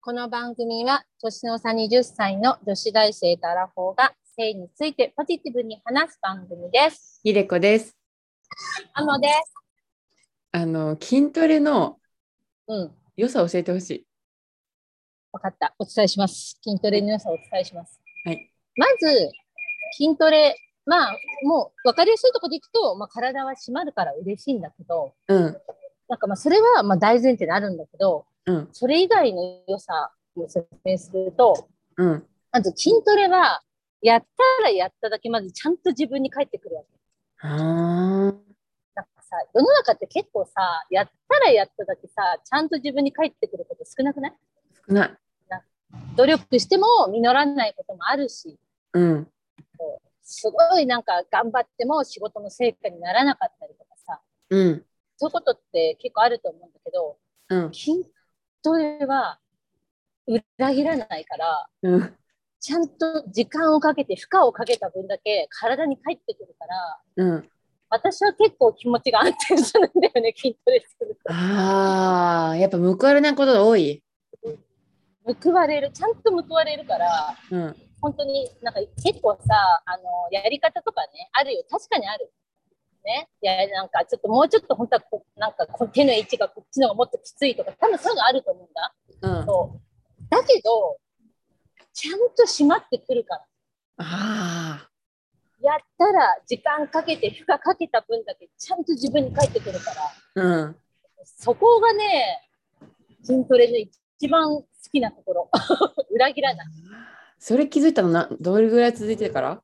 この番組は年の差20歳の女子大生とアラフォーが性についてポジティブに話す番組です。ひでこです。あので、あの筋トレのうん、良さ教えてほしい。わかった。お伝えします。筋トレの良さをお伝えします。はい。まず、筋トレ、まあ、もう分かりやすいところでいくと、まあ、体は締まるから嬉しいんだけど、うんなんかまあ、それはまあ大前提であるんだけど、うんそれ以外の良さを説明すると、うんまず筋トレは、やったらやっただけ、まずちゃんと自分に返ってくるわけ。あなんかさ、世の中って結構さ、やったらやっただけさ、ちゃんと自分に返ってくること少なくないー少ない。努力しても実らないこともあるし、うんすごいなんか頑張っても仕事の成果にならなかったりとかさ、うんそういうことって結構あると思うんだけど、うん筋トレは裏切らないから、うんちゃんと時間をかけて、負荷をかけた分だけ体に返ってくるから、うん。私は結構気持ちが安定するんだよね、筋トレすると。ああやっぱ報われないことが多い。報われる、ちゃんと報われるから、うん本当になんか結構さ、あの、やり方とかね、あるよ。確かにある。ね。いや、なんかちょっともうちょっと本当はこう、なんかこう手の位置がこっちの方がもっときついとか、多分そういうのあると思うんだ。うん。そう。だけど、ちゃんと締まってくるから。あやったら時間かけて、負荷かけた分だけちゃんと自分に返ってくるから。ーうん。そこがね、筋トレの一番好きなところ。 裏切らない。それ気づいたのなどれぐらい続いてから？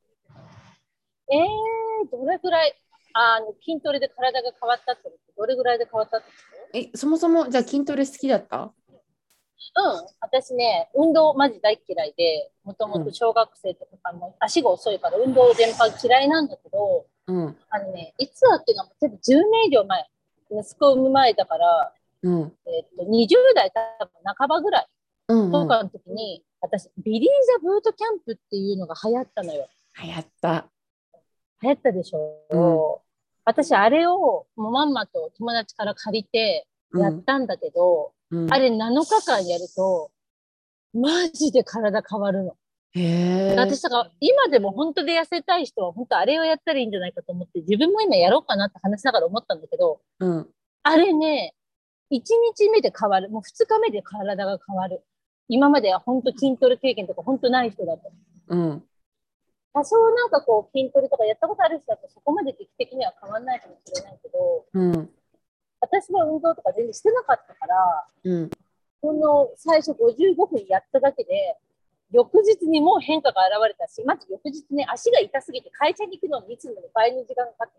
えー、どれぐらいあの筋トレで体が変わったってことどれぐらいで変わったってこえそもそもじゃあ筋トレ好きだった？とうん、私ね、運動マジ大嫌いで、もともうとん小学生とかも足が遅いから運動全般嫌いなんだけど、うんあのね、いつだっていうのは、例えば10年以上前、息子を産む前だから、うんえっと20代多分半ばぐらいうんうとん。かの時に、私、ビリーザブートキャンプっていうのが流行ったのよ。流行った。流行ったでしょ、う私あれをもうまんまと友達から借りてうやっんたんだけど、うん。あれ7日間やるとマジで体変わるの。へえ。私だから今でも本当で痩せたい人は本当あれをやったらいいんじゃないかと思って自分も今やろうかなって話しながら思ったんだけどうん。あれね1日目で変わるもう2日目で体が変わる今までは本当筋トレ経験とか本当ない人だとうん。多少なんかこう筋トレとかやったことある人だとそこまで劇的には変わらないかもしれないけどうん。私は運動とか全然してなかったからうん。この最初55分やっただけで翌日にもう変化が現れたしまず翌日ね足が痛すぎて会社に行くのにいつもの倍の時間がかかっ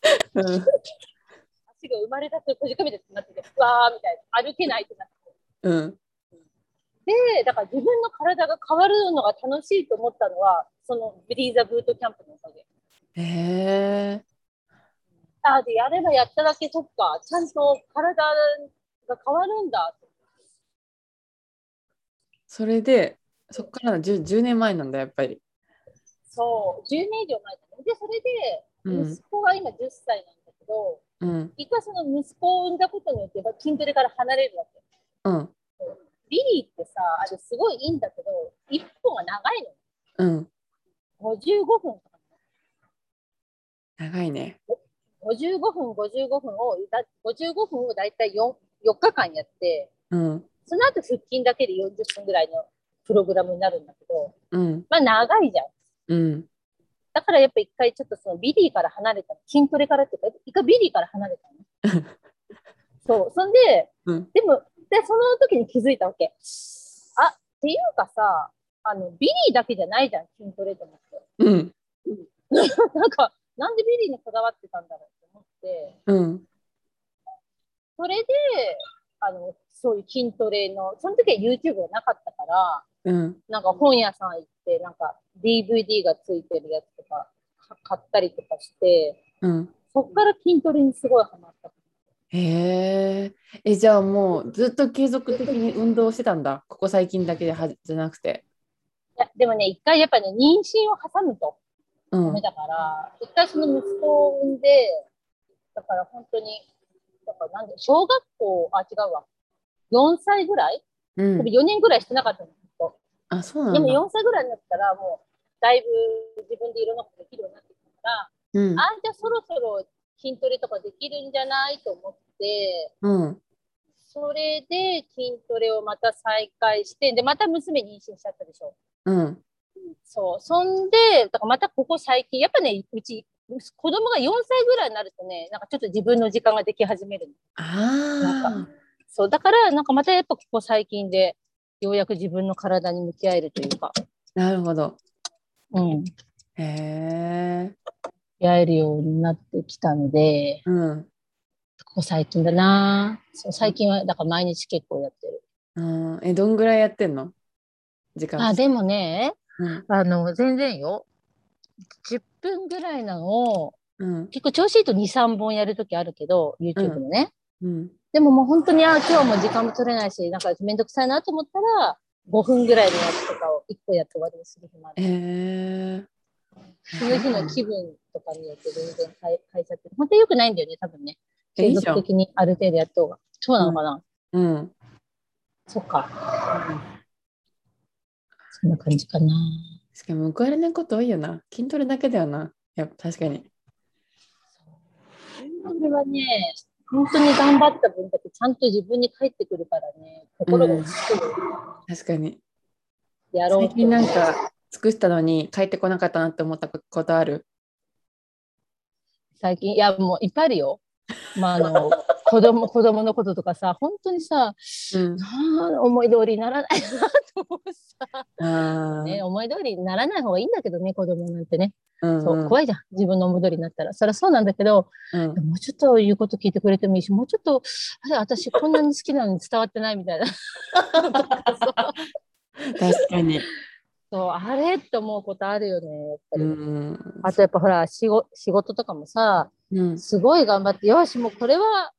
てうん。足が生まれたて閉じ込めてってなっててうわーみたいな歩けないってなってうん。でだから自分の体が変わるのが楽しいと思ったのはそのブリーザブートキャンプのおかげへえ。ああ、で、やればやっただけ、そっか、ちゃんと体が変わるんだ。それでそっから 10, 10年前なんだやっぱり。そう、10年以上前だね。で、それうで、ん息子が今10歳なんだけど、うん一回その息子を産んだことによって、筋トレから離れるわけ。うんビリーってさ、あれすごいいいんだけど、1本は長いの。うん55分とか。長いね。 55分、55分を、だ55分をだいたい 4, 4日間やって、うんその後腹筋だけで40分ぐらいのプログラムになるんだけど、うんまあ長いじゃん。うんだからやっぱ一回ちょっとそのビリーから離れたの筋トレからっていうか、一回ビリーから離れた の。そう。そんで、うんでも、で、その時に気づいたわけ。あ、っていうかさ、あの、ビリーだけじゃないじゃん、筋トレと思って。 うんなんか、なんでビリーにこだわってたんだろうと思って、うんそれで、あの、そういう筋トレの、その時は YouTube がなかったから、うんなんか本屋さん行って、なんか DVD がついてるやつとかか買ったりとかして、うんそっから筋トレにすごいハマった。へーえじゃあもうずっと継続的に運動してたんだここ最近だけではじゃなくて。いやでもね、一回やっぱね、妊娠を挟むとうダメんだから、一回その息子を産んで、だから本当に、だからなんで、小学校、あ、違うわ、4歳ぐらいうん多分。4年ぐらいしてなかったの。あ、そうなんでだ。も4歳ぐらいになったら、もう、だいぶ自分でいろんなことできるようになってきたから、うん。ああ、じゃあそろそろ筋トレとかできるんじゃないと思って、うん。それで筋トレをまた再開して、で、また娘妊娠しちゃったでしょ。うん。そう。そんで、だからまたここ最近、やっぱね、うち、子供が4歳ぐらいになるとね、なんかちょっと自分の時間ができ始めるの。あそう。だから、なんかまたやっぱここ最近で、ようやく自分の体に向き合えるというか、あ、なるほど。うん。向へえ。き合えるようになってきたので、うん。ここ最近だなそう最近は、だから毎日結構やってる。うん、え、どんぐらいやってんの時間。あ、でもね、うん。あの、全然よ。10分ぐらいなのを、うん。結構調子いいと2、3本やるときあるけど、YouTube のね。うん。でももう本当に、あ今日はもう時間も取れないし、なんかめんどくさいなと思ったら、5分ぐらいのやつとかを1個やって終わりにする日もある。へえ。その日の気分とかによって全然変え変えちゃって、本当に良くないんだよね、多分ね。えい継いじゃ続ん。的にある程度やった方が。そうなのかな、うん。そっか。そんな感じかな。確かに報われないこと多いよな。筋トレだけだよな。やっぱ確かに。これはね、本当に頑張った分だけちゃんと自分に返ってくるからね、心が落ち着くよ確かに。やろう最と近なんか尽くしたのに帰ってこなかったなって思ったことある。最近いやもういっぱいあるよ。まああの子供子供のこととかさ本当にさ、うん。あー思い通りにならないなと思うさ、ああ。ね、思い通りにならない方がいいんだけどね子供なんてね、うんそう怖いじゃん自分の思い通りになったらそりゃそうなんだけどうん。もうちょっと言うこと聞いてくれてもいいしもうちょっとあれ私こんなに好きなのに伝わってないみたいな確かに。そうあれって思うことあるよねやっぱうり。ん。あとやっぱほら仕事仕事とかもさうん。すごい頑張って、よし、もうこれは、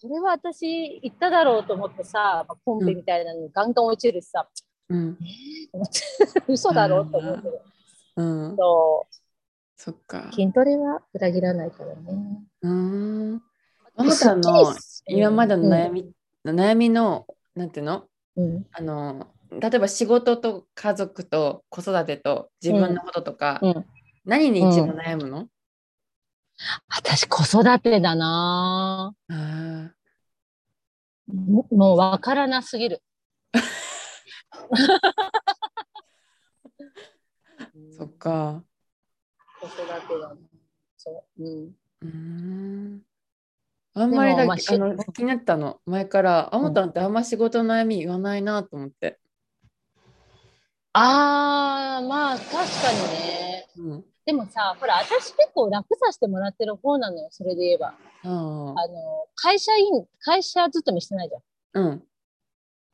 これは私行っただろうと思ってさ、まあコンペみたいなのにガンガン落ちるしさ、 うん。嘘だろうと思うけど、うん。そそっかう。筋トレは裏切らないからね。うん。マミさんの今までの悩み、悩みの、なんていうのうん、うんあの例えば仕事と家族と子育てと自分のこととか、うん何に一番悩むの、私、子育てだなあぁももう分からなすぎる。ー そっか子育てだなそう、うんうーんあんまりだでもまあけあの気になったの前からあもたんってあんま仕事の悩み言わないなと思って、あー、まあ確かにね。うん、でもさ、ほら、私結構楽させてもらってる方なのよ、それで言えば。あああの会社員、会社勤めしてないじゃん。うん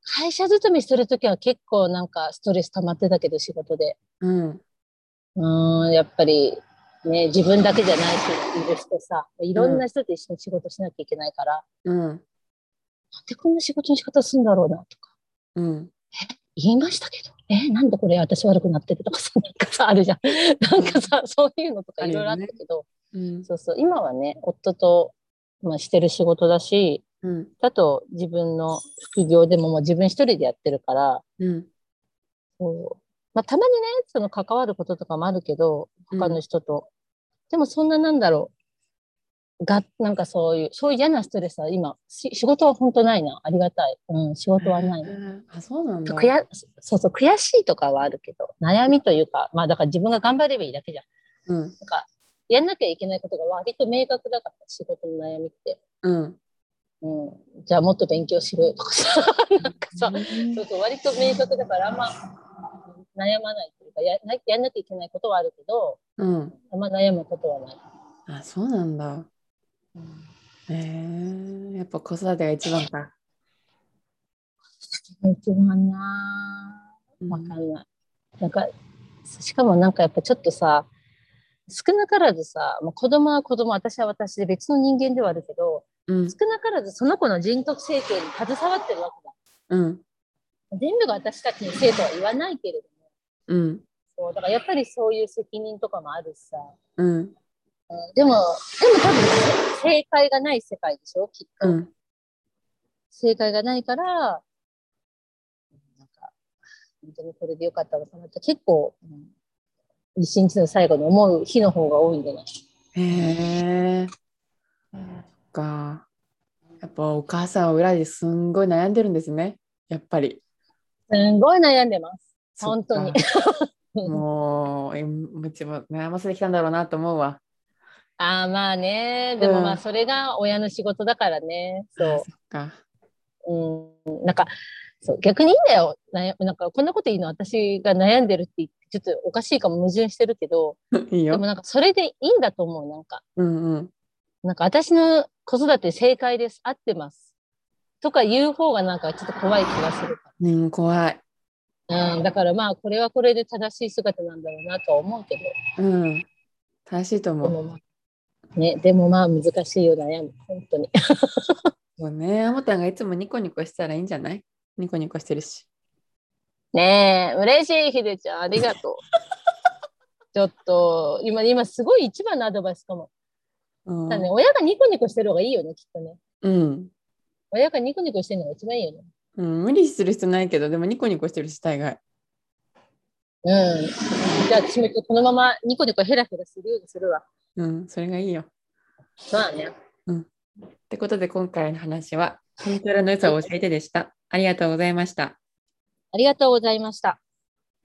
会社勤めしてるときは結構なんかストレス溜まってたけど仕事で。うんうーん、やっぱりね、自分だけじゃない人いる人さ、いろんな人と一緒に仕事しなきゃいけないから、うんなんでこんな仕事の仕方するんだろうなとか、うん言いましたけど、え、なんでこれ私悪くなってるとかさ、なんかさ、あるじゃん。なんかさ、そういうのとかいろいろあったけど、うんそうそう、今はね、夫と、まあ、してる仕事だし、うんだと自分の副業でももう自分一人でやってるから、うんそうまあ、たまにね、その関わることとかもあるけど、うん他の人と。でもそんななんだろう。が、なんかそういう、そういう嫌なストレスは今、し仕事は本当ないな。ありがたい。うん、仕事はないな。あそうなんだ悔そうそう、悔しいとかはあるけど、悩みというか、まあだから自分が頑張ればいいだけじゃん。うなんんか、やんなきゃいけないことが割と明確だから、仕事の悩みって。うんうん、じゃあもっと勉強しろよとかさ、 なんかさ、そうそう割と明確だからあんま悩まないというかやなやんなきゃいけないことはあるけどうんあんま悩むことはない。あそうなんだへえやっぱ子育てが一番か、一番なうんわかんない。なんかしかもなんかやっぱちょっとさ少なからずさもう子供は子供私は私で別の人間ではあるけどうん少なからずその子の人徳成長に携わってるわけだ。うん全部が私たちの生徒は言わないけれどもうんそうだからやっぱりそういう責任とかもあるしさ。うんうんでも、でも多分正解がない世界でしょきっと。うん正解がないから、本当にこれでよかったのかなって、結構、うん、一日の最後に思う日の方が多いんじゃないへえ。か。やっぱお母さんは裏ですんごい悩んでるんですね。やっぱり。すごい悩んでます。本当にそっか。もう、えうちも悩ませてきたんだろうなと思うわ。 ああ、まあね。でもまうんあ、それが親の仕事だからね。あそそっか。 う。うん。なんか、そう、逆にいいんだよ。悩なんか、こんなこといいの私が悩んでるって言って、ちょっとおかしいかも矛盾してるけど、いでいよも。なんか、それでいいんだと思う。なんか、うんうん。なんか私の子育て正解です。合ってます。とか言う方がなんかちょっと怖い気がするかうん、怖い。ら。うん、だからまあこれはこれで正しい姿なんだろうなとは思うけうん。正しいとど。で思う。もまあ、ね、でもまあ難しいよ悩む。本当に。 そうね。あもたんがいつもニコニコしたらいいんじゃないニコニコしてるし。ねえ、嬉しい、ひでちゃん。ありがとう。ちょっと、今、今すごい一番のアドバイスかも。うん。だね、親がニコニコしてる方がいいよね、きっとね。うん。親がニコニコしてるのが一番いいよね。うん、無理する必要ないけど、でもニコニコしてるし、大概。うん。じゃあ私もこのままニコニコヘラヘラするようにするわ。うん、それがいいよ。まあね。ってことで、今回の話は、筋トレの良さを教えてでした。ありがとうございました。ありがとうございました。